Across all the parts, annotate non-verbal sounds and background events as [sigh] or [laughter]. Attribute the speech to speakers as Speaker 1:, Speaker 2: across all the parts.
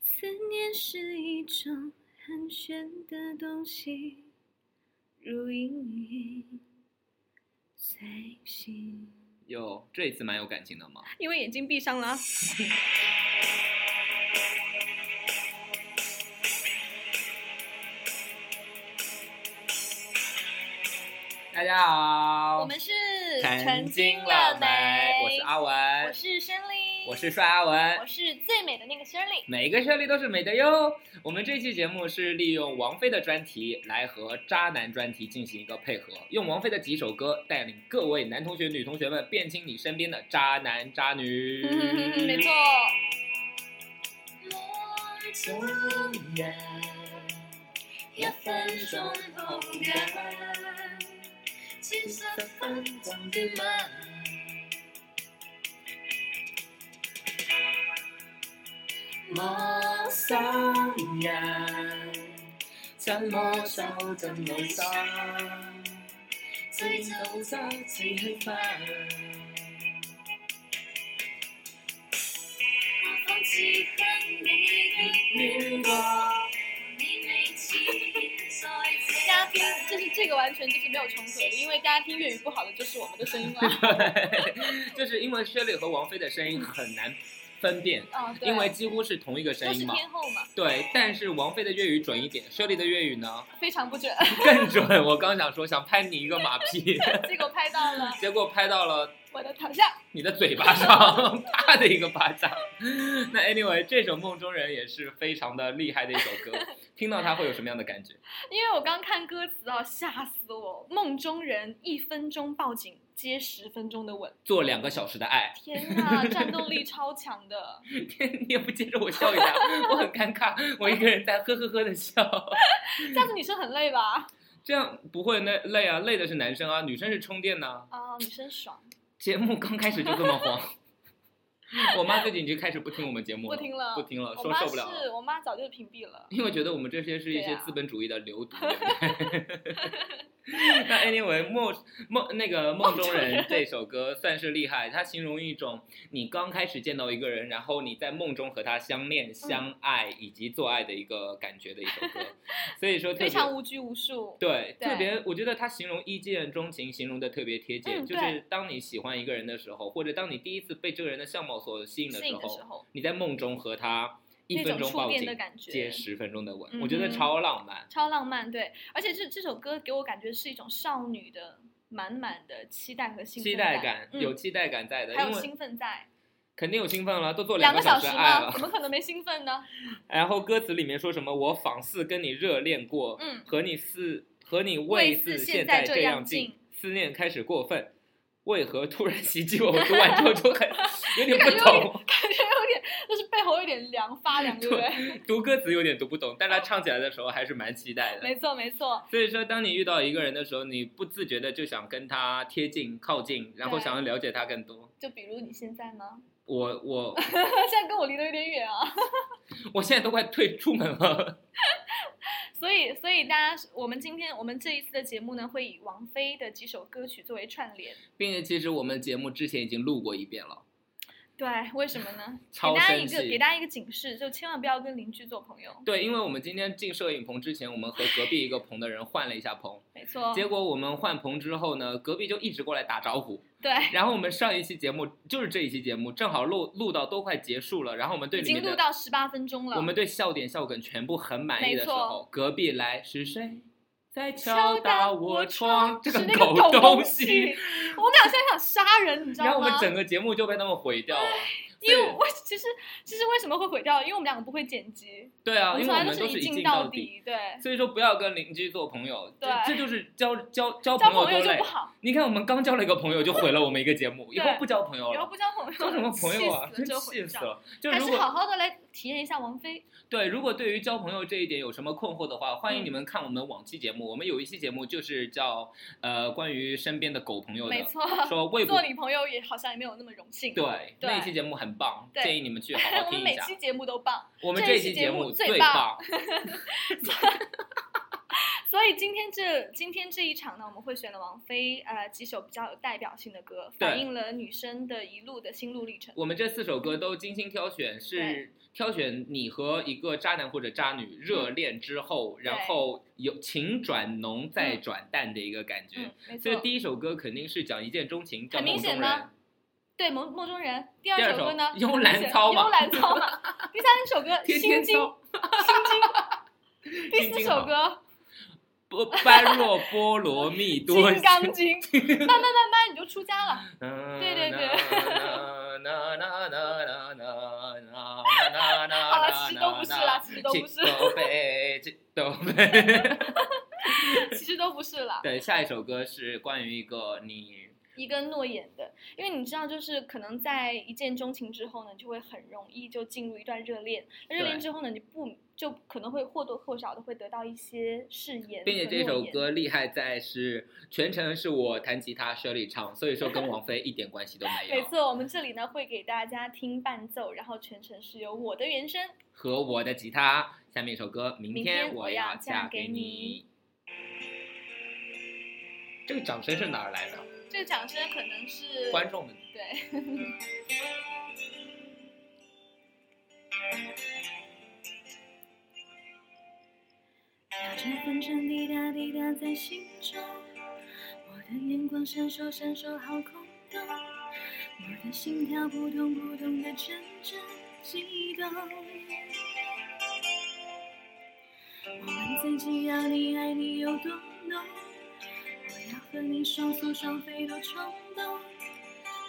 Speaker 1: 思念是一种很玄的东西，如影随形。
Speaker 2: 有这一次蛮有感情的嘛。
Speaker 1: 因为眼睛闭上了啊，
Speaker 2: 大家好，
Speaker 1: 我们是
Speaker 2: 曾经
Speaker 1: 了
Speaker 2: 了没？我是阿文，
Speaker 1: 我是生丽，
Speaker 2: 我是帅阿
Speaker 1: 我
Speaker 2: 文，
Speaker 1: 是最美的那个生丽。
Speaker 2: 每个胜利都是美的哟。我们这期节目是利用王菲的专题来和渣男专题进行一个配合，用王菲的几首歌带领各位男同学、女同学们辨清你身边的渣男渣女。 [laughs]
Speaker 1: 嗯， [laughs] 没错。。
Speaker 2: 嗯
Speaker 3: 走远，一分钟好远，七十分钟的吻。陌生人，怎么手怎么心，制造着此气氛。我仿似跟你热恋过，你未似现在
Speaker 1: 大家听，就是这个完全就是没有重合的，因为大家听粤语不好的就是我们的声音了。
Speaker 2: [laughs] 就是因为 Shirley 和王菲的声音很难分辨，
Speaker 1: 哦，对，
Speaker 2: 因为几乎是同一个
Speaker 1: 都
Speaker 2: 声
Speaker 1: 是
Speaker 2: 音嘛。
Speaker 1: 天后嘛，
Speaker 2: 对，但是王菲的粤语准一点，Shirley 的粤语呢 [laughs]
Speaker 1: 非常不准， [laughs]
Speaker 2: 更准。我刚想说想拍你一个马屁， [laughs]
Speaker 1: 结果拍到了
Speaker 2: 结果拍到了
Speaker 1: 我的头像。
Speaker 2: 你的嘴巴上， [laughs] 啪的一个巴掌。 [laughs] 那 anyway，这首《梦中人》也是非常的厉害的一首
Speaker 1: [laughs]
Speaker 2: 歌，听到它会有什么样的感觉？
Speaker 1: 因为我刚看歌词啊，吓死我！梦中人一分钟报警接十分钟的吻，
Speaker 2: 做两个小时的爱，
Speaker 1: 天呐，战斗力超强 [laughs] 的。
Speaker 2: [laughs] 你也不接着我笑一下，我很尴尬，我一个人在呵呵呵的笑。 [laughs]
Speaker 1: 这样子女生很累吧？
Speaker 2: 这样不会累累啊，累的是男生啊，女生是充电呢、
Speaker 1: 啊、女生爽，
Speaker 2: 节目刚开始就这么黄， [laughs] 我妈最近已经开始不听我们节目
Speaker 1: 不
Speaker 2: 了，
Speaker 1: 听了。
Speaker 2: 不听了，
Speaker 1: 我
Speaker 2: 说
Speaker 1: 妈
Speaker 2: 受不了
Speaker 1: 是
Speaker 2: 了，
Speaker 1: 我妈早就屏蔽了。
Speaker 2: 因为觉得我们这些是一
Speaker 1: 对
Speaker 2: 些
Speaker 1: 啊
Speaker 2: 资本主义
Speaker 1: [laughs]
Speaker 2: 的流毒。对 [laughs] 不对那
Speaker 1: [laughs]
Speaker 2: anyway，梦梦那个梦中人这首歌算是厉害，它形容一种你刚开始见到一个人，然后你在梦中和他相
Speaker 1: 嗯
Speaker 2: 恋、相爱以及做爱的一个感觉的一首歌，所以说特
Speaker 1: 非
Speaker 2: 别
Speaker 1: 常无拘无束，
Speaker 2: 对，
Speaker 1: 对
Speaker 2: 特别我觉得他形容一见钟情形容的特别贴切，
Speaker 1: 嗯
Speaker 2: 就
Speaker 1: 对
Speaker 2: 是当你喜欢一个人的时候，或者当你第一次被这个人的相貌所吸引的
Speaker 1: 适
Speaker 2: 时
Speaker 1: 应的
Speaker 2: 候，
Speaker 1: 时候，
Speaker 2: 你在梦中和他一
Speaker 1: 那
Speaker 2: 分
Speaker 1: 种
Speaker 2: 钟
Speaker 1: 触
Speaker 2: 抱
Speaker 1: 电的
Speaker 2: 紧，
Speaker 1: 感
Speaker 2: 接
Speaker 1: 觉，
Speaker 2: 十分钟的吻，
Speaker 1: 嗯哼
Speaker 2: 我觉得超浪漫。
Speaker 1: 超浪漫。对，而且这这首歌给我感觉是一种少女的满满的期待和兴奋
Speaker 2: 期待
Speaker 1: 感
Speaker 2: 感，
Speaker 1: 嗯
Speaker 2: 有期待感在的，
Speaker 1: 还有
Speaker 2: 因为
Speaker 1: 兴奋在，
Speaker 2: 肯定有兴奋了，都做
Speaker 1: 两
Speaker 2: 个
Speaker 1: 小
Speaker 2: 时
Speaker 1: 时
Speaker 2: 爱
Speaker 1: 吗？
Speaker 2: 了。
Speaker 1: 怎么可能没兴奋呢？ [laughs]
Speaker 2: 然后歌词里面说什么？我仿似跟你热恋过，
Speaker 1: 嗯，
Speaker 2: 和你似和你
Speaker 1: 未
Speaker 2: 未
Speaker 1: 似
Speaker 2: 似
Speaker 1: 现
Speaker 2: 现
Speaker 1: 在
Speaker 2: 在
Speaker 1: 这
Speaker 2: 这
Speaker 1: 样
Speaker 2: 样
Speaker 1: 近
Speaker 2: 近，思念开始过分，为何突然袭击我？我读完之后就很 [laughs] 有点不
Speaker 1: 感觉有
Speaker 2: 懂，
Speaker 1: 感觉有点，就是背后有点凉发凉，对不对？
Speaker 2: [laughs] 读歌词有点读不懂，但他唱起来的时候还是蛮期待的。
Speaker 1: 没错，没错，
Speaker 2: 所以说，当你遇到一个人的时候，你不自觉的就想跟他贴近、靠近，然后
Speaker 1: 对
Speaker 2: 想要了解他更多。
Speaker 1: 就比如你现在呢， [laughs]
Speaker 2: 我我
Speaker 1: 现在跟我离得有点远啊， [laughs]
Speaker 2: 我现在都快退出门了。 [laughs]
Speaker 1: 所以，所以大家，我们今天我们这一次的节目呢，会以王菲的几首歌曲作为串联。
Speaker 2: 并且其实我们节目之前已经录过一遍了，
Speaker 1: 对，为什么呢？给
Speaker 2: 超
Speaker 1: 大家
Speaker 2: 生
Speaker 1: 一个
Speaker 2: 气。
Speaker 1: 给大家一个警示，就千万不要跟邻居做朋友。
Speaker 2: 对，因为我们今天进摄影棚之前，我们和隔壁一个棚的人换了一下棚，
Speaker 1: 没错，
Speaker 2: 结果我们换棚之后呢，隔壁就一直过来打招呼。
Speaker 1: 对，
Speaker 2: 然后我们上一期节目就是这一期节目，正好录录到都快结束了，然后我们对
Speaker 1: 已
Speaker 2: 里
Speaker 1: 经
Speaker 2: 面
Speaker 1: 录
Speaker 2: 的
Speaker 1: 到十八分钟了。
Speaker 2: 我们对笑点笑梗全部很满意的时
Speaker 1: 没
Speaker 2: 候，隔壁来是谁在
Speaker 1: 敲
Speaker 2: 敲
Speaker 1: 打
Speaker 2: 打
Speaker 1: 我
Speaker 2: 我
Speaker 1: 窗
Speaker 2: 窗？这
Speaker 1: 是
Speaker 2: 个
Speaker 1: 那
Speaker 2: 狗
Speaker 1: 狗
Speaker 2: 东
Speaker 1: 西
Speaker 2: [laughs] 西！
Speaker 1: 我们俩现在想杀人，你知
Speaker 2: 然
Speaker 1: 道
Speaker 2: 后我们
Speaker 1: 吗？
Speaker 2: 整个节目就被他们毁掉了。
Speaker 1: 因为
Speaker 2: 对
Speaker 1: 我其实其实为什么会毁掉？因为我们两个不会剪辑，
Speaker 2: 对啊，
Speaker 1: 们
Speaker 2: 因为
Speaker 1: 从
Speaker 2: 我
Speaker 1: 来
Speaker 2: 们
Speaker 1: 是
Speaker 2: 都
Speaker 1: 一
Speaker 2: 一
Speaker 1: 镜
Speaker 2: 镜
Speaker 1: 到
Speaker 2: 底。
Speaker 1: 底，对，
Speaker 2: 所以说不要跟邻居做朋友，这
Speaker 1: 对
Speaker 2: 这就是交交
Speaker 1: 交
Speaker 2: 交朋友
Speaker 1: 朋友
Speaker 2: 多
Speaker 1: 就
Speaker 2: 累
Speaker 1: 不。好，
Speaker 2: 你看我们刚交了一个朋友就毁了我们一个节目，以后
Speaker 1: 对
Speaker 2: 不交朋友
Speaker 1: 以后
Speaker 2: 了，
Speaker 1: 不交朋友，
Speaker 2: 交什么朋友啊？
Speaker 1: 气
Speaker 2: 真
Speaker 1: 死了，
Speaker 2: 气死
Speaker 1: 了。
Speaker 2: 了！就
Speaker 1: 还
Speaker 2: 如
Speaker 1: 是
Speaker 2: 果
Speaker 1: 好好的来体验一下王菲，
Speaker 2: 对，如果对于交朋友这一点有什么困惑的话，欢
Speaker 1: 嗯
Speaker 2: 迎你们看我们往期节目。我们有一期节目就是叫呃关于身边的狗朋友
Speaker 1: 没
Speaker 2: 的，
Speaker 1: 错，
Speaker 2: 说为不
Speaker 1: [laughs] 做你朋友也好像也没有那么荣幸。
Speaker 2: 对
Speaker 1: 对
Speaker 2: 那一期节目很棒，
Speaker 1: 对
Speaker 2: 建议你们去好好
Speaker 1: 我们
Speaker 2: 听一
Speaker 1: 每
Speaker 2: 下。
Speaker 1: 期节目都棒，
Speaker 2: 我们
Speaker 1: 这 [laughs]
Speaker 2: 这
Speaker 1: 一
Speaker 2: 一
Speaker 1: 期
Speaker 2: 期
Speaker 1: 节目
Speaker 2: 目
Speaker 1: 最
Speaker 2: 最
Speaker 1: 棒
Speaker 2: 棒，
Speaker 4: 所以今天这今天这一场呢，我们会选了王菲呃几首比较有代表性的歌，
Speaker 2: 对
Speaker 4: 反映了女生的一路的心路历程。
Speaker 2: 我们这四首歌都精心挑选，是
Speaker 4: 对
Speaker 2: 挑选你和一个渣男或者渣女
Speaker 1: 嗯
Speaker 2: 热恋之后，然后由情转浓再
Speaker 1: 嗯
Speaker 2: 转淡的一个感觉
Speaker 4: 嗯。，没
Speaker 2: 所以
Speaker 4: 错，
Speaker 2: 第一首歌肯定是讲一见钟情，叫
Speaker 4: 很明
Speaker 2: 梦中
Speaker 4: 显
Speaker 2: 人
Speaker 4: 呢。对《梦梦中人》，第
Speaker 2: 第二
Speaker 4: 二首
Speaker 2: 首
Speaker 4: 歌呢，
Speaker 2: 《幽
Speaker 4: 很
Speaker 2: 兰
Speaker 4: 明显
Speaker 2: 操》嘛
Speaker 4: 幽兰操嘛。
Speaker 2: [laughs]
Speaker 4: 第三首歌《
Speaker 2: 天
Speaker 4: 心
Speaker 2: 天
Speaker 4: 经》，
Speaker 2: 操，
Speaker 4: 心经。
Speaker 2: 心
Speaker 4: 第四
Speaker 2: 经
Speaker 4: 首
Speaker 2: 好
Speaker 4: 歌
Speaker 2: 不般若波罗蜜多
Speaker 4: 《
Speaker 2: 心
Speaker 4: 金。
Speaker 2: [laughs]
Speaker 4: 刚经》，慢慢慢慢你就出家了。
Speaker 2: 对
Speaker 4: 对对对。
Speaker 2: 好
Speaker 4: 好了，
Speaker 2: 啊
Speaker 4: 其实都不是啦，其实都不是，
Speaker 2: 都被都被。
Speaker 4: 其实都不是啦。
Speaker 2: 对，下一首歌是关于一个你，
Speaker 4: 一个诺言的，因为你知道，就是可能在一见钟情之后呢，你就会很容易就进入一段热恋。那热恋
Speaker 2: 对
Speaker 4: 之后呢，你不就可能会或多或少的会得到一些誓言，
Speaker 2: 并且
Speaker 4: 和
Speaker 2: 这
Speaker 4: 诺
Speaker 2: 首
Speaker 4: 言
Speaker 2: 歌厉害在是全程是我弹吉他，Shirley 唱，所以说跟王菲一点关系都没
Speaker 4: 没
Speaker 2: 有，
Speaker 4: 错，我们这里呢会给大家听伴奏，然后全程是由我的原声。
Speaker 2: 和我的吉他。下面一首歌，明
Speaker 4: 明
Speaker 2: 天
Speaker 4: 天
Speaker 2: 我
Speaker 4: 我
Speaker 2: 要
Speaker 4: 要
Speaker 2: 嫁
Speaker 4: 嫁给
Speaker 2: 给
Speaker 4: 你
Speaker 2: 你。这个掌声是哪儿来的？
Speaker 4: 这个掌声可能是
Speaker 2: 观众们。
Speaker 4: 对，
Speaker 1: 秒针分针滴答滴答在心中，我的眼光闪烁闪烁好空洞，我的心跳扑通扑通的阵阵悸动。我问自己要你爱你有多浓，我要和你双宿双飞多冲动，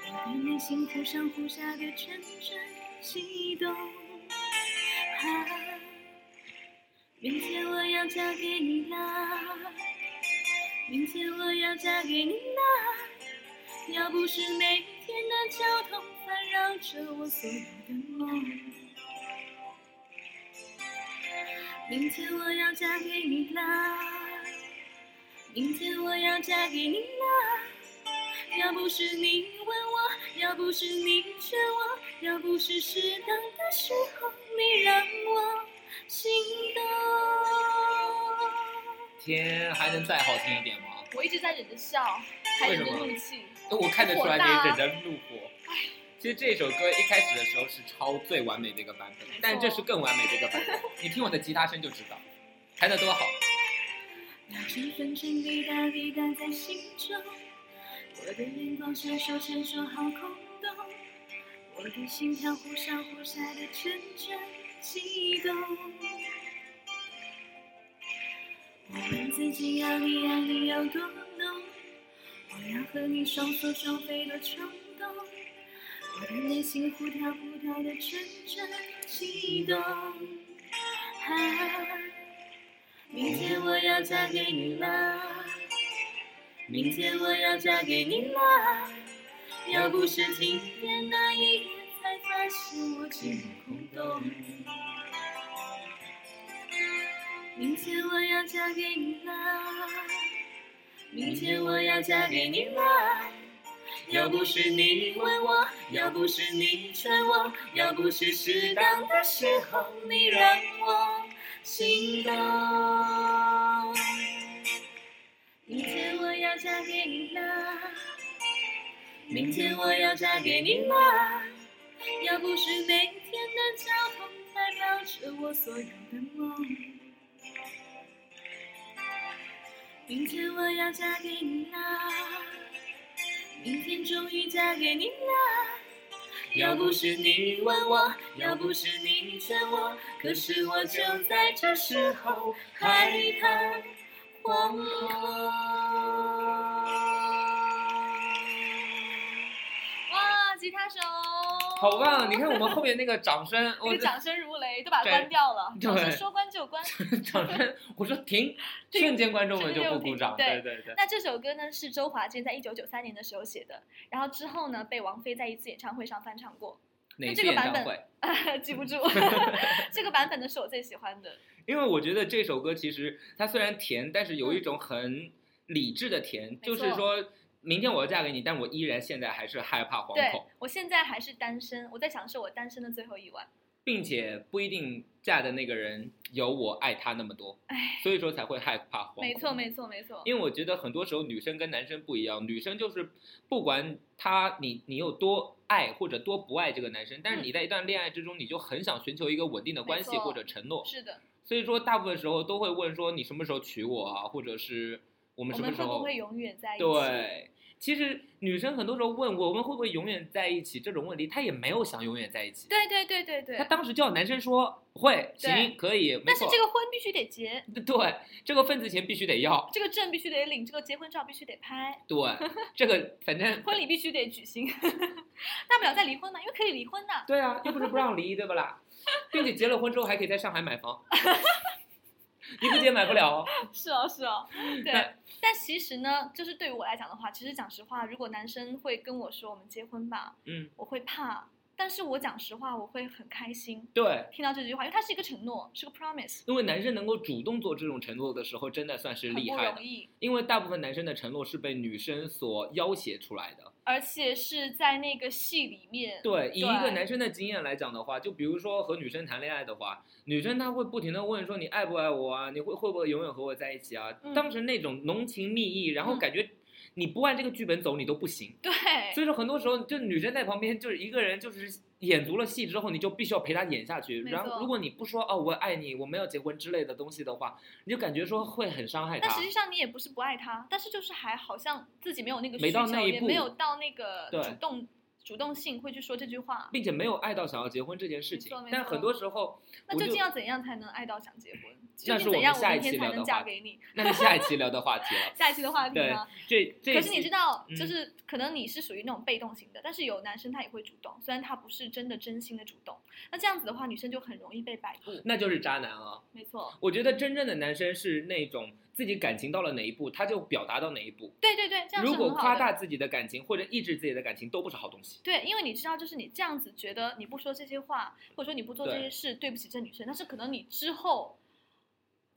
Speaker 1: 我的内心忽上忽下的阵阵悸动。啊明天我要嫁给你啦，明天我要嫁给你啦。要不是每天的交通烦扰着我所有的梦，明天我要嫁给你啦，明天我要嫁给你啦。要不是你问我，要不是你劝我，要不是适当的时候你让我。心动。
Speaker 2: 天，还能再好听一点吗？
Speaker 4: 我一直在忍着笑，还
Speaker 2: 为
Speaker 4: 忍着
Speaker 2: 什么
Speaker 4: 怒气。
Speaker 2: 我看得出来
Speaker 4: 火大啊
Speaker 2: 你忍着怒火。其实这首歌一开始的时候是超最完美的一个版本，但这是更完美的一个版本。你听我的吉他声就知道，弹得多好。
Speaker 1: 秒针分针滴答滴答在心中，我的眼光闪烁闪烁好空洞，我的心跳忽上忽下的阵阵悸动。我问自己要你爱你有多浓，我要和你双宿双飞的冲动，我的内心忽跳忽跳的阵阵悸动。啊。明天我要嫁给你啦，明天我要嫁给你啦。要不是今天那一夜才发现我寂寞空洞，明天我要嫁给你啦，明天我要嫁给你啦。要不是你问我，要不是你劝我，要不是适当的时候你让我。心动。明天我要嫁给你啦，明天我要嫁给你啦。要不是每天的交通代表着我所有的梦，明天我要嫁给你啦，明天终于嫁给你啦。要不是你问我，要不是你劝我，可是我就在这时候害怕惶恐。
Speaker 4: 哇，吉他手，
Speaker 2: 好棒！你看我们后面那个掌声，
Speaker 4: 这
Speaker 2: 我
Speaker 4: 个掌声如雷，都把它
Speaker 2: 对
Speaker 4: 关掉了。
Speaker 2: 对
Speaker 4: 掌声说关就关。
Speaker 2: [laughs] 掌声，我说停，瞬间观众们就不鼓掌。
Speaker 4: 瞬
Speaker 2: 对
Speaker 4: 间
Speaker 2: 对对，
Speaker 4: 那这首歌呢是周华健在一九九三年的时候写的，然后之后呢被王菲在一次演唱会上翻唱过， [laughs]
Speaker 2: 哪
Speaker 4: 那
Speaker 2: 次
Speaker 4: 这个
Speaker 2: 演
Speaker 4: 版
Speaker 2: 唱
Speaker 4: 本
Speaker 2: 会？[laughs]
Speaker 4: 记不住。这个版本的是我最喜欢的，
Speaker 2: 因为我觉得这首歌其实它虽然甜，但是有一种很理智的甜，就是
Speaker 4: 嗯错
Speaker 2: 说明天我要嫁给你，但我依然现在还是害怕惶
Speaker 4: 对
Speaker 2: 恐。
Speaker 4: 我现在还是单身，我在享受我单身的最后一晚。
Speaker 2: 并且不一定嫁的那个人有我爱他那么多，
Speaker 4: 哎，
Speaker 2: 所以说才会害怕惶恐。
Speaker 4: 没错，没错，没错。
Speaker 2: 因为我觉得很多时候女生跟男生不一样，女生就是不管他你你有多爱或者多不爱这个男生，但是
Speaker 4: 嗯
Speaker 2: 你在一段恋爱之中，你就很想寻求一个稳定的关系
Speaker 4: 错
Speaker 2: 或者承诺，
Speaker 4: 是的，
Speaker 2: 所以说大部分时候都会问说你什么时候娶我啊，或者是我们
Speaker 4: 我
Speaker 2: 什么
Speaker 4: 们
Speaker 2: 时
Speaker 4: 会
Speaker 2: 候
Speaker 4: 不会永远在一起？，
Speaker 2: 对。其实女生很多时候问我们会不会永远在一起这种问题，她也没有想永远在一起。
Speaker 4: 对对对对
Speaker 2: 她
Speaker 4: 对。
Speaker 2: 当时叫男生说会
Speaker 4: 对
Speaker 2: 行可以，没
Speaker 4: 但是
Speaker 2: 错。
Speaker 4: 这个婚必须得结，
Speaker 2: 个对这个份子钱必须得要，
Speaker 4: 这个证必须得领，这个结婚照必须得拍， [laughs]
Speaker 2: 对这个反正
Speaker 4: 婚礼必须得举行。 [laughs] 大不了再离婚嘛，因为可以离婚呐。
Speaker 2: 对啊，又不是不让离，对不啦？并且结了婚之后还可以在上海买
Speaker 4: [laughs]
Speaker 2: 房，一不结买不了哦。
Speaker 4: 是哦，是哦，对
Speaker 2: 那。
Speaker 4: [laughs] 但其实呢，就是对于我来讲的话，其实讲实话，如果男生会跟我说我们结婚吧，
Speaker 2: 嗯，
Speaker 4: 我会怕。但是我讲实话，我会很开心
Speaker 2: 对，
Speaker 4: 听到这句话，因为它是一个承诺，是个 promise，
Speaker 2: 因为男生能够主动做这种承诺的时候，真的算是
Speaker 4: 很
Speaker 2: 厉
Speaker 4: 不
Speaker 2: 害
Speaker 4: 容
Speaker 2: 的。
Speaker 4: 易，
Speaker 2: 因为大部分男生的承诺是被女生所要挟出来的。
Speaker 4: 而且是在那个戏里面。
Speaker 2: 对，以一个
Speaker 4: 对
Speaker 2: 男生的经验来讲的话，就比如说和女生谈恋爱的话，女生她会不停的问说你爱不爱我啊？你会会不会永远和我在一起啊？
Speaker 4: 嗯
Speaker 2: 当时那种浓情蜜意，然后感觉你不按这个剧本走你都不行。
Speaker 4: 对，
Speaker 2: 所以说很多时候，就女生在旁边，就是一个人，就是演足了戏之后，你就必须要陪她演下去。
Speaker 4: 没
Speaker 2: 然
Speaker 4: 错
Speaker 2: 后如果你不说哦我爱你，我们要结婚之类的东西的话，你就感觉说会很伤害她
Speaker 4: 但。实际上你也不是不爱他，但是就是还好像自己没有那个需
Speaker 2: 没到
Speaker 4: 求，
Speaker 2: 那一
Speaker 4: 也
Speaker 2: 步
Speaker 4: 没有到那个
Speaker 2: 对
Speaker 4: 主动主动性会去说这句话。
Speaker 2: 并且没有爱到想要结婚这件事
Speaker 4: 没
Speaker 2: 情
Speaker 4: 错没，
Speaker 2: 但
Speaker 4: 错
Speaker 2: 很多时候，
Speaker 4: 那
Speaker 2: 我
Speaker 4: 究
Speaker 2: 就
Speaker 4: 竟要怎样才能爱到想结婚？究
Speaker 2: 那是我
Speaker 4: 竟怎
Speaker 2: 们
Speaker 4: 样
Speaker 2: 下
Speaker 4: 我
Speaker 2: 一
Speaker 4: 明天
Speaker 2: 期
Speaker 4: 才
Speaker 2: 聊
Speaker 4: 能
Speaker 2: 的
Speaker 4: 嫁
Speaker 2: 话
Speaker 4: 给你？
Speaker 2: 那是下一期聊的话题了。
Speaker 4: 下一期的话题
Speaker 2: 对
Speaker 4: 呢？
Speaker 2: 这这一期，
Speaker 4: 可是你知道，
Speaker 2: 嗯
Speaker 4: 就是可能你是属于那种被动型的，但是有男生他也会主动，虽然他不是真的真心的主动。那这样子的话，女生就很容易被摆布。
Speaker 2: 那就是渣男啊！
Speaker 4: 没错，
Speaker 2: 我觉得真正的男生是那种自己感情到了哪一步，他就表达到哪一步。
Speaker 4: 对对对，这样是
Speaker 2: 如果
Speaker 4: 很好
Speaker 2: 夸
Speaker 4: 的
Speaker 2: 大自己的感情或者抑制自己的感情，都不是好东西。
Speaker 4: 对，因为你知道，就是你这样子觉得你不说这些话，或者说你不做这
Speaker 2: 对
Speaker 4: 些事，对不起这女生。但是可能你之后，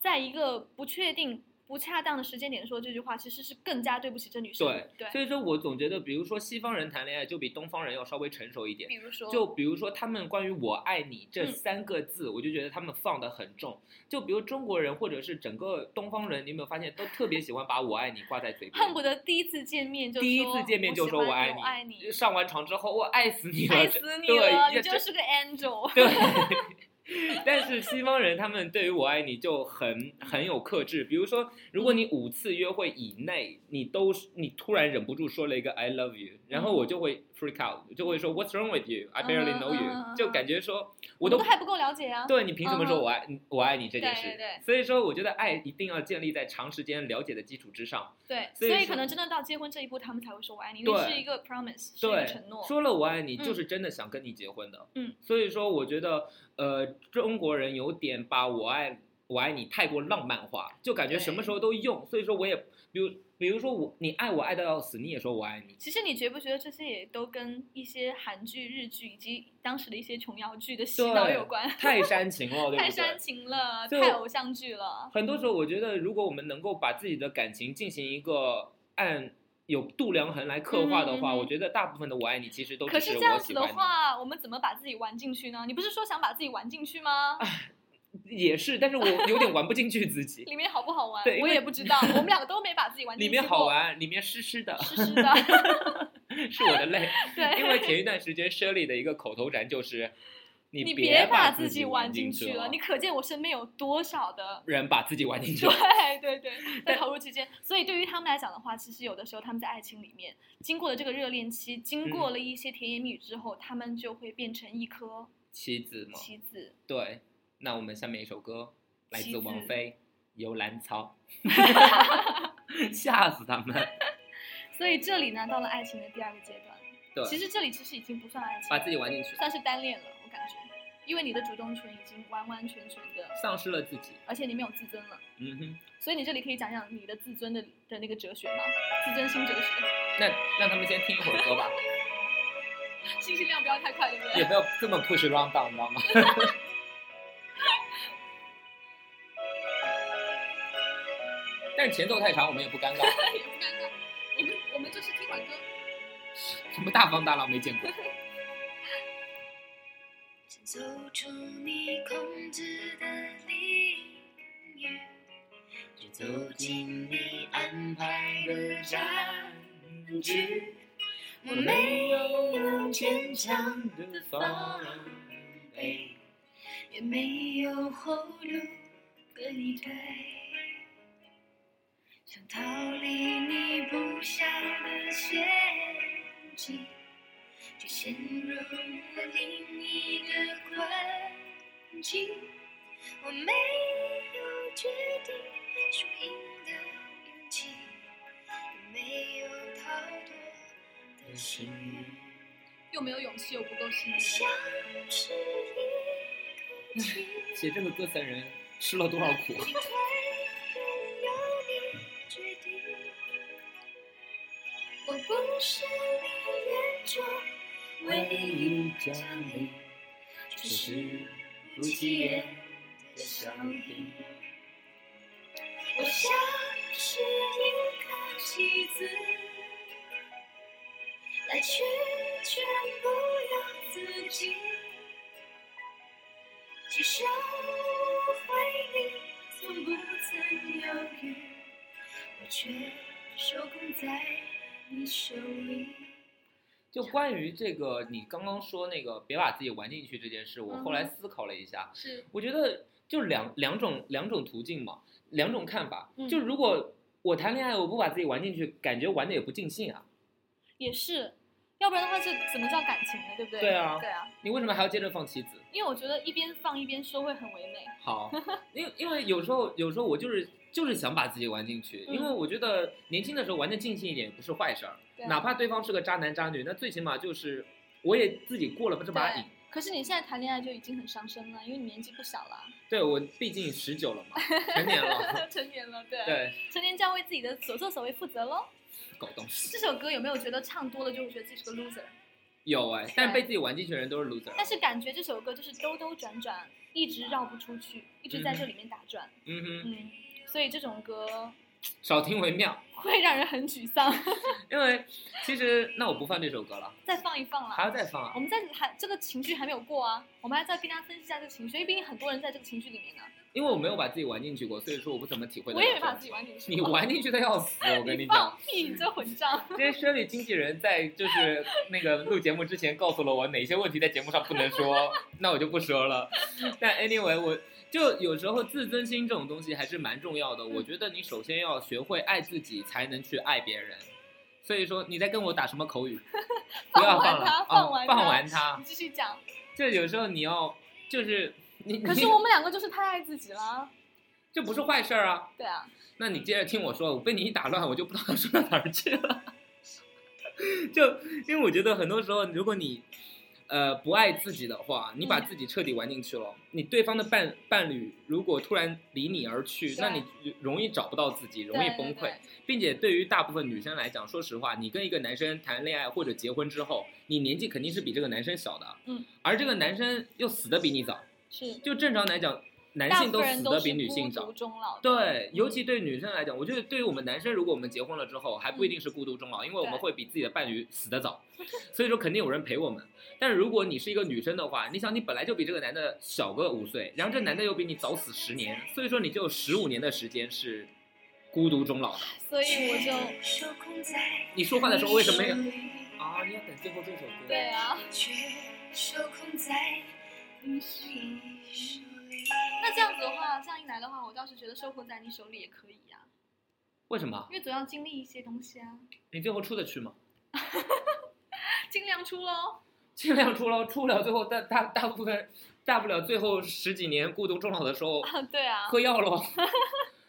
Speaker 4: 在一个不确定、不恰当的时间点说这句话，其实是更加对不起这女生。
Speaker 2: 对
Speaker 4: 对，
Speaker 2: 所以说我总觉得，比如说西方人谈恋爱就比东方人要稍微成熟一点。
Speaker 4: 比如说，
Speaker 2: 就比如说他们关于“我爱你”这
Speaker 4: 嗯
Speaker 2: 三个字，我就觉得他们放的很重。就比如中国人或者是整个东方人，你有没有发现都特别喜欢把“我爱你”挂在嘴边？
Speaker 4: 恨不得第一次见面就
Speaker 2: 第一
Speaker 4: 说
Speaker 2: 次见面就说
Speaker 4: 我喜
Speaker 2: 我
Speaker 4: 欢
Speaker 2: 爱
Speaker 4: 你，
Speaker 2: 你，
Speaker 4: 我爱你，
Speaker 2: 上完床之后我爱死你了，
Speaker 4: 爱
Speaker 2: 这
Speaker 4: 死你
Speaker 2: 对
Speaker 4: 了，你
Speaker 2: 这
Speaker 4: 就是个
Speaker 2: [laughs]
Speaker 4: angel。
Speaker 2: 对。但是西方人他们对于“我爱你”就很很有克制，比如说，如果你五次约会以内，你都是你突然忍不住说了一个 “I love you”，然后我就会 freak out，就会说 “What's wrong with you? I barely know
Speaker 4: 嗯嗯嗯
Speaker 2: you”，
Speaker 4: 嗯
Speaker 2: 就感觉说我
Speaker 4: 我
Speaker 2: 都
Speaker 4: 们都还不够了解啊。
Speaker 2: 对你凭什么
Speaker 4: 嗯
Speaker 2: 说
Speaker 4: 哼
Speaker 2: 我爱你我爱你这件
Speaker 4: 对
Speaker 2: 事
Speaker 4: 对对？
Speaker 2: 所以说，我觉得爱一定要建立在长时间了解的基础之上。
Speaker 4: 对，所
Speaker 2: 所以
Speaker 4: 以
Speaker 2: 说
Speaker 4: 可能真的到结婚这一步，他们才会说我爱你，那
Speaker 2: 对
Speaker 4: 是一个 promise，是一个
Speaker 2: 对
Speaker 4: 承诺。
Speaker 2: 说了我爱你，
Speaker 4: 嗯
Speaker 2: 就是真的想跟你结婚的。
Speaker 4: 嗯，
Speaker 2: 所以说我觉得，呃，中国人有点把我爱我爱你太过浪漫化，就感觉
Speaker 4: 对
Speaker 2: 什么时候都用。所以说我也，比如比如说我你爱我爱到要死，你也说我爱你。
Speaker 4: 其实你觉不觉得这些也都跟一些韩剧、日剧以及当时的一些琼瑶剧的洗脑
Speaker 2: 对
Speaker 4: 有关？
Speaker 2: 太煽情了，对
Speaker 4: [laughs]
Speaker 2: 不
Speaker 4: 太煽
Speaker 2: 对？
Speaker 4: 情了，
Speaker 2: 就
Speaker 4: 太偶像剧了。
Speaker 2: 很多时候，我觉得如果我们能够把自己的感情进行一个按有度量衡来刻画的话，
Speaker 4: 嗯嗯嗯
Speaker 2: 我觉得大部分的我爱你其实都
Speaker 4: 可
Speaker 2: 只
Speaker 4: 是这
Speaker 2: 我
Speaker 4: 样子
Speaker 2: 喜
Speaker 4: 的
Speaker 2: 欢
Speaker 4: 话，我们怎么把自己玩进去呢？你不是说想把自己玩进去吗？
Speaker 2: 你，也是，但是我有点玩不进去自
Speaker 4: [laughs]
Speaker 2: 己。
Speaker 4: 里面好不好玩
Speaker 2: 对？因
Speaker 4: 我
Speaker 2: 为
Speaker 4: 也不知道，我们两个都没把自己玩进
Speaker 2: 里
Speaker 4: 去。
Speaker 2: 面好，玩，里面湿湿
Speaker 4: [laughs]
Speaker 2: 的，
Speaker 4: 湿
Speaker 2: [laughs]
Speaker 4: 湿的。
Speaker 2: 是我的泪。
Speaker 4: 对，
Speaker 2: 因为前一段时间 Shirley 的一个口头禅就是，你
Speaker 4: 你
Speaker 2: 别
Speaker 4: 把
Speaker 2: 自
Speaker 4: 己
Speaker 2: 玩
Speaker 4: 进
Speaker 2: 去哦
Speaker 4: 了，你可见我身边有多少的。
Speaker 2: 人把自己玩进去了。
Speaker 4: [laughs]
Speaker 2: [laughs]
Speaker 4: 对对对，在
Speaker 2: 但
Speaker 4: 投入期间，所以对于他们来讲的话，其实有的时候他们在爱情里面经过了这个热恋期，经过
Speaker 2: 嗯
Speaker 4: 了一些甜言蜜语之后，他们就会变成一颗
Speaker 2: 妻子嘛，
Speaker 4: 棋子。
Speaker 2: 对。那我们下面一首歌来
Speaker 4: 妻
Speaker 2: 自
Speaker 4: 子
Speaker 2: 王菲《游兰
Speaker 4: [laughs]
Speaker 2: 草》，吓死他们。
Speaker 4: 所以这里呢，到了爱情的第二个阶段。
Speaker 2: 对，
Speaker 4: 其实这里其实已经不算爱情，
Speaker 2: 把自己玩进去，
Speaker 4: 算是单恋了，我感觉，因为你的主动权已经完完全全的，
Speaker 2: 丧失了自己。
Speaker 4: 而且你没有自尊了。
Speaker 2: 嗯哼，
Speaker 4: 所以你这里可以讲讲你的自尊的的那个哲学吗？自尊心哲学， [laughs]
Speaker 2: 那让他们先听一会儿歌吧，
Speaker 4: 信息量不要太快，对不
Speaker 2: 也
Speaker 4: 对？
Speaker 2: 不要这么 push round down，你知道吗？ [laughs] 但是前奏太长，我们也不尴尬。
Speaker 4: 也不尴尬，我们我们就是听会儿歌。
Speaker 2: 什么大风大浪没见过？
Speaker 3: 真走出你控制的领域，就走进你安排的战局。我没有用坚强的哎防备，也没有后路可以退。想逃离你布下的陷阱，却陷入了另一个困境。我没有决定输赢的勇气，也没有逃脱的幸运。
Speaker 4: 又没有勇气，又不够幸运。
Speaker 3: 像是一个情人。
Speaker 2: 写这个歌词的人吃了多少苦？
Speaker 3: 你快点由你决定，我不是你眼中唯一
Speaker 2: 降
Speaker 3: 临，只是不起眼的效应。我像是一颗棋子，来去全不由自己。其实我怀疑，从不曾犹豫，我却手控在你手里。
Speaker 2: 就关于这个，你刚刚说那个别把自己玩进去这件事，我后来
Speaker 4: 嗯
Speaker 2: 思考了一下，
Speaker 4: 是，
Speaker 2: 我觉得就两两种两种途径嘛，两种看法。
Speaker 4: 嗯
Speaker 2: 就如果我谈恋爱，我不把自己玩进去，感觉玩的也不尽兴啊。
Speaker 4: 也是，要不然的话，这怎么叫感情呢？对不对？
Speaker 2: 对啊
Speaker 4: 对啊，
Speaker 2: 你为什么还要接着放棋子？
Speaker 4: 因为我觉得一边放一边说会很唯美。
Speaker 2: 好，
Speaker 4: [laughs]
Speaker 2: 因为因为有时候有时候我就是就是想把自己玩进去，
Speaker 4: 嗯
Speaker 2: 因为我觉得年轻的时候玩的尽兴一点也不是坏事儿，
Speaker 4: 对啊
Speaker 2: 哪怕对方是个渣男渣女，那最起码就是我也自己过了这把瘾
Speaker 4: 对。可是你现在谈恋爱就已经很伤身了，因为你年纪不小了，
Speaker 2: 对我毕竟十九了嘛，成年了，
Speaker 4: [laughs] 成年了，对，
Speaker 2: 对，
Speaker 4: 成年将为自己的所作所为负责喽。
Speaker 2: 搞东西
Speaker 4: 这首歌有没有觉得唱多了就会觉得自己是个 loser？
Speaker 2: 有哎，
Speaker 4: 啊
Speaker 2: 但被自己玩进去的人都是 loser。
Speaker 4: 但是感觉这首歌就是兜兜转转，一直绕不出去，一直在这里面打转。
Speaker 2: 嗯哼，
Speaker 4: 嗯，所以这种歌 [laughs]
Speaker 2: 少听为妙，
Speaker 4: 会让人很沮丧。 [laughs]
Speaker 2: 因为其实那我不放这首歌了，
Speaker 4: 再放一放
Speaker 2: 还
Speaker 4: 啦，
Speaker 2: 要再放
Speaker 4: 我
Speaker 2: 啊。
Speaker 4: 们在还这个情绪还没有过啊，我们还在跟大家分析一下这个情绪，因为毕竟很多人在这个情绪里面呢。
Speaker 2: 因为我没有把自己玩进去过，所以说我不怎么体会。
Speaker 4: 我也没把自己。玩进去。
Speaker 2: 你玩进去的要死，我跟
Speaker 4: 你
Speaker 2: 讲。
Speaker 4: 放屁，你这混账！
Speaker 2: 今天 Shirley 经纪人在就是那个录节目之前告诉了我哪些问题在节目上不能说， [laughs] 那我就不说了。但 anyway，我就有时候自尊心这种东西还是蛮重要的。
Speaker 4: 嗯
Speaker 2: 我觉得你首先要学会爱自己，才能去爱别人。所以说你在跟我打什么
Speaker 4: [laughs]
Speaker 2: 口语？不要
Speaker 4: 完
Speaker 2: 了，
Speaker 4: 它
Speaker 2: 啊
Speaker 4: 放完它
Speaker 2: 放完它
Speaker 4: 你。继续讲。
Speaker 2: 就有时候你要就是你，
Speaker 4: 可是
Speaker 2: 你
Speaker 4: 我们两个就是太爱自己了。啊
Speaker 2: 这不是坏事儿啊。[laughs]
Speaker 4: 对啊，
Speaker 2: 那你接着听我说，我被你一打乱，我就不知道说到哪儿去了。 [laughs] 就因为我觉得很多时候，如果你呃不爱自己的话，你把
Speaker 4: 嗯
Speaker 2: 自己彻底玩进去了，你对方的伴伴侣如果突然离你而去，那
Speaker 4: 对
Speaker 2: 你容易找不到自己，容易
Speaker 4: 对
Speaker 2: 崩溃。。
Speaker 4: 对对
Speaker 2: 并且对于大部分女生来讲，说实话，你跟一个男生谈恋爱或者结婚之后，你年纪肯定是比这个男生小的，
Speaker 4: 嗯，
Speaker 2: 而这个男生又死的比你早，
Speaker 4: 是。
Speaker 2: 就正常来讲，男
Speaker 4: 大
Speaker 2: 性
Speaker 4: 部分人
Speaker 2: 死的
Speaker 4: 都是
Speaker 2: 比女性
Speaker 4: 孤
Speaker 2: 早
Speaker 4: 独。终老的。
Speaker 2: 对，尤其对女生来讲，我觉得对于我们男生，如果我们结婚了之后，还不一定是孤独终老，因为我们
Speaker 4: 对
Speaker 2: 会比自己的伴侣死得
Speaker 4: [laughs]
Speaker 2: 早，所以说肯定有人陪我们。但是如果你是一个女生的话，你想你本来就比这个男的小个五岁，然后这男的又比你早死十年，所以说你就有十五年的时间是孤独终老的。
Speaker 4: 所以我
Speaker 2: [laughs]
Speaker 4: 就
Speaker 3: 手控在
Speaker 2: 你说话的时候为什么要
Speaker 3: 你手里？
Speaker 2: 啊？你要等最后这首歌？
Speaker 4: 嗯对啊。嗯
Speaker 3: 却手控在你手里。
Speaker 4: 那这样子的话，这样一来的话，我倒是觉得收获在你手里也可以呀、
Speaker 2: 为什么
Speaker 4: 因？为总要经历一些东西啊，
Speaker 2: 你最后出得去吗？
Speaker 4: 尽量出喽。
Speaker 2: 尽量出了，出不了最后大大大部分，大不了最后十几年孤独终老的时候
Speaker 4: 啊， [laughs] 对啊，
Speaker 2: 喝药
Speaker 4: [laughs]
Speaker 2: 喽，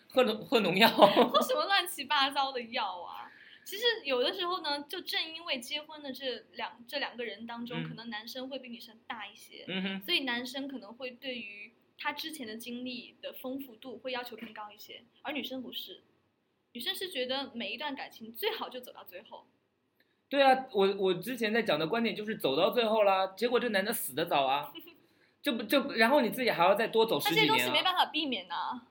Speaker 2: 喝农喝农药。 [laughs]
Speaker 4: 喝什么乱七八糟的药啊？其实有的时候呢，就正因为结婚的这两这两个人当中，
Speaker 2: 嗯
Speaker 4: 可能男生会比女生大一些，
Speaker 2: 嗯哼，
Speaker 4: 所以男生可能会对于他之前的经历的丰富度会要求更高一些，而女生不是，女生是觉得每一段感情最好就走到最后，
Speaker 2: 对啊，我我之前在讲的观点就是走到最后啦，结果这男的死
Speaker 4: [laughs]
Speaker 2: 得早啊，这不这不，然后你自己还要再多走
Speaker 4: 那
Speaker 2: 十
Speaker 4: 这些
Speaker 2: 几
Speaker 4: 东西
Speaker 2: 年
Speaker 4: 没
Speaker 2: 啊。
Speaker 4: 办法避免的、啊。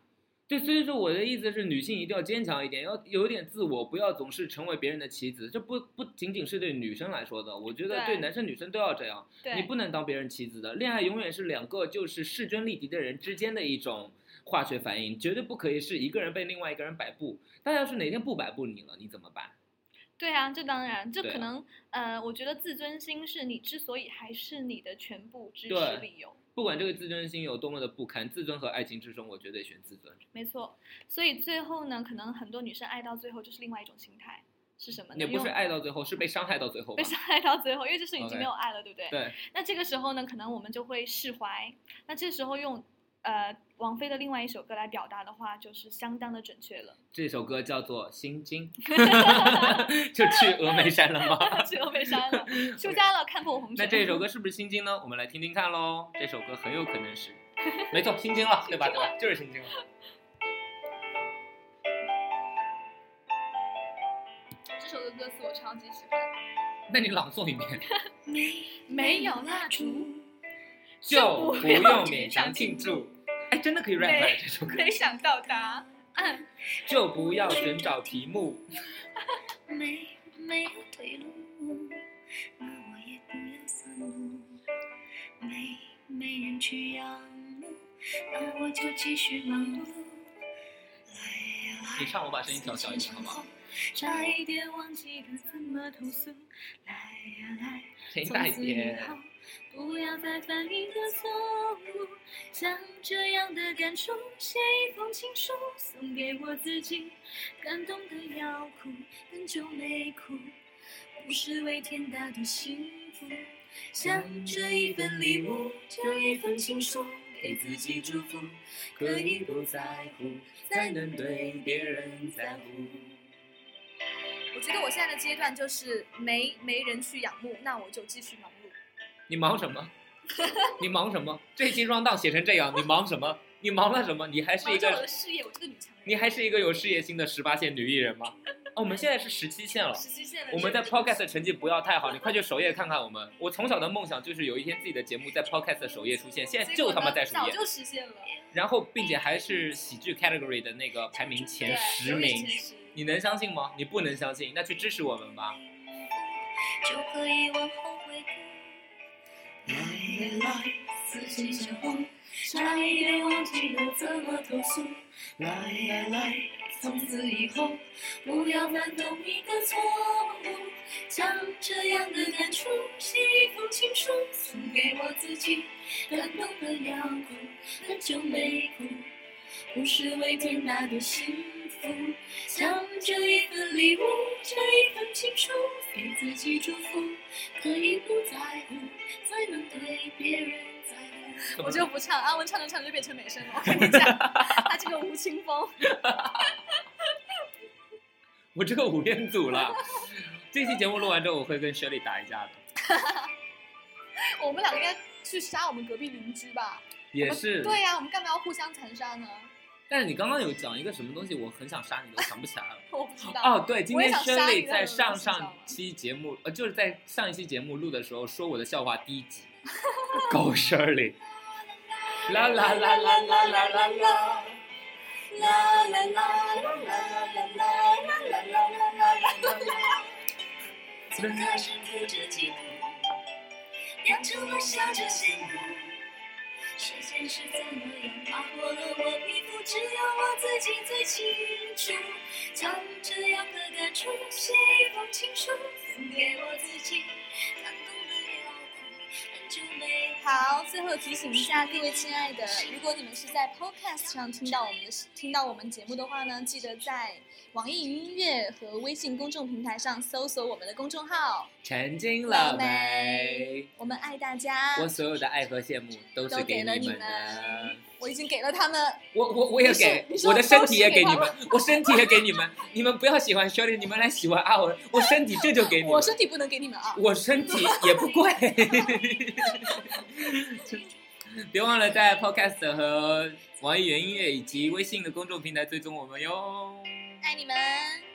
Speaker 2: 对，所以说我的意思是，女性一定要坚强一点，要有一点自我，不要总是成为别人的棋子。这不不仅仅是对女生来说的，我觉得对
Speaker 4: 对
Speaker 2: 男生女生都要这样。
Speaker 4: 对，
Speaker 2: 你不能当别人棋子的。恋爱永远是两个就是势均力敌的人之间的一种化学反应，绝对不可以是一个人被另外一个人摆布。但要是哪天不摆布你了，你怎么办？
Speaker 4: 对啊，这当然，这
Speaker 2: 对
Speaker 4: 可
Speaker 2: 啊
Speaker 4: 能、呃，我觉得自尊心是你之所以还是你的全部支
Speaker 2: 对
Speaker 4: 持理由。
Speaker 2: 不管这个自尊心有多么的不堪，自尊和爱情之中，我绝对选自尊。
Speaker 4: 没错，所以最后呢，可能很多女生爱到最后就是另外一种心态，是什么呢？
Speaker 2: 也不
Speaker 4: 用
Speaker 2: 是爱到最后，是被伤害到最后吧
Speaker 4: 被？伤害到最后，因为这是已
Speaker 2: OK
Speaker 4: 经没有爱了，对不对？ [laughs]
Speaker 2: 对。
Speaker 4: 那这个时候呢，可能我们就会释怀。那这时候用呃王菲的另外一首歌来表达的话，就是相当的准确了。 [laughs]
Speaker 2: 这首歌叫做《心经》，就去峨眉山了
Speaker 4: [laughs]
Speaker 2: 吗？
Speaker 4: 只有被删了，出家了，看破红尘。
Speaker 2: [laughs] 那这首歌是不是《心经》呢？我们来听听看喽。这首歌很有可
Speaker 4: [laughs]
Speaker 2: 能是，没错，《心经》了，对吧？对吧？就是《心经》了。
Speaker 4: 这首歌歌词我超级喜欢。
Speaker 2: 那你朗诵一遍。
Speaker 4: 没有蜡烛，
Speaker 2: 就不用勉强庆祝。哎，真的可以 rap 来这首歌。
Speaker 4: 没想到答案。
Speaker 2: 就不要寻找题目，
Speaker 5: 没没有退路，那我也不要散路。没没人去养路，那我就继续忙碌。来呀
Speaker 2: 你唱我把声音调小一点好不好？
Speaker 3: 差一点忘记该怎么投诉。
Speaker 5: 来呀来，
Speaker 2: 声音大一点。
Speaker 3: 从此以后不要再犯一个错误。像这样的感触，写一封情书送给我自己，感动的要哭，很久没哭，不是为天大的幸福。像这一份礼物，这一份情书，给自己祝福，可以不在乎，才能对别人在乎。
Speaker 4: 我觉得我现在的阶段就是没没人去仰慕，那我就继续忙碌。
Speaker 2: 你忙什
Speaker 3: [laughs]
Speaker 2: 么？你忙什么？这期 round down 写成这样，你忙什么？你忙了什么？你还是一
Speaker 4: 忙着我的
Speaker 2: 个，
Speaker 4: 事业，我这个女强人。
Speaker 2: 你还是一个有事业心的十八线女艺人吗？哦，我们现在是十七线了。
Speaker 4: 实习线的
Speaker 2: 我们在 podcast 的成绩不要太好，你快去首页看看我们。我从小的梦想就是有一天自己的节目在 podcast 的首页出现，现在就他妈在首
Speaker 4: 早
Speaker 2: 页。
Speaker 4: 就实现了，
Speaker 2: 然后并且还是喜剧 category 的那个排名前
Speaker 4: 对
Speaker 2: 十
Speaker 4: 有点
Speaker 2: 名
Speaker 4: 前，十
Speaker 2: 你能相信吗？你不能相信，那去支持我们吧。
Speaker 5: 就可以往后回顾。来呀来，
Speaker 3: 自
Speaker 5: 自
Speaker 3: 己
Speaker 5: 己
Speaker 3: 掌
Speaker 5: 掌
Speaker 3: 握
Speaker 5: 握。，
Speaker 3: 差一点忘记了怎么投诉。
Speaker 5: 来呀来，
Speaker 3: 从此以后，不要犯同一个错误。将这样的感触写一封情书，送给我自己，感动的要哭，很久没哭，不是为天大的幸福。像这一份礼物，这一份情书，给自己祝福，可以不在乎，才能对别人在乎。
Speaker 4: 我就不唱，阿文唱着唱着就变成美声
Speaker 2: [laughs]
Speaker 4: 了。我跟你讲，他这个吴青峰，
Speaker 2: 我这个五人组了，这期节目录完之后，我会跟 Shirley 打一架的，
Speaker 4: 我们两个应该去杀我们隔壁邻居吧？
Speaker 2: 也是。
Speaker 4: 对呀、我们干嘛要互相残杀呢？ [laughs]
Speaker 2: 但是你刚刚有讲一个什么东西，我很想杀你的，我想不起来了。
Speaker 4: 我不知道。
Speaker 2: 哦，对，今
Speaker 4: 我也
Speaker 2: 天
Speaker 4: 想杀你
Speaker 2: Shirley
Speaker 4: 但
Speaker 2: 在
Speaker 4: 是我
Speaker 2: 上
Speaker 4: 不知道
Speaker 2: 上期节目，呃，就是在上一期节目录的时候说我的笑话第一集，狗
Speaker 4: [laughs]
Speaker 2: Shirley，啦啦啦啦啦啦啦啦。
Speaker 3: 啦啦啦啦啦啦啦啦啦啦啦啦啦！从开始哭着嫉妒，变成了笑着幸福。时间是怎么样划过了我皮肤，只有我自己最清楚。将这样的感触写一封情书，送给我自己，感动的要哭，很久没
Speaker 4: 好，最后提醒一下各位亲爱的，如果你们是在 Podcast 上听到我们的听到我们节目的话呢，记得在网易云音乐和微信公众平台上搜索我们的公众号。
Speaker 2: 曾经了没？
Speaker 4: 我们爱大家，
Speaker 2: 我所有的爱和羡慕都是
Speaker 4: 都
Speaker 2: 给
Speaker 4: 给了
Speaker 2: 你
Speaker 4: 你
Speaker 2: 们的
Speaker 4: 们。我已经给了他们，
Speaker 2: 我我我也
Speaker 4: 你是
Speaker 2: 给
Speaker 4: 你，是
Speaker 2: 我的身体也给
Speaker 4: 都是给
Speaker 2: 你们，我身体也给你们。你们不要喜欢 Shirley，你们来喜欢啊！我我身体这就给你们
Speaker 4: 我，身体不能给你们啊。
Speaker 2: 我身体也不贵。别忘了在 Podcast 和网易云音乐以及微信的公众平台追踪我们哟。
Speaker 4: 爱你们。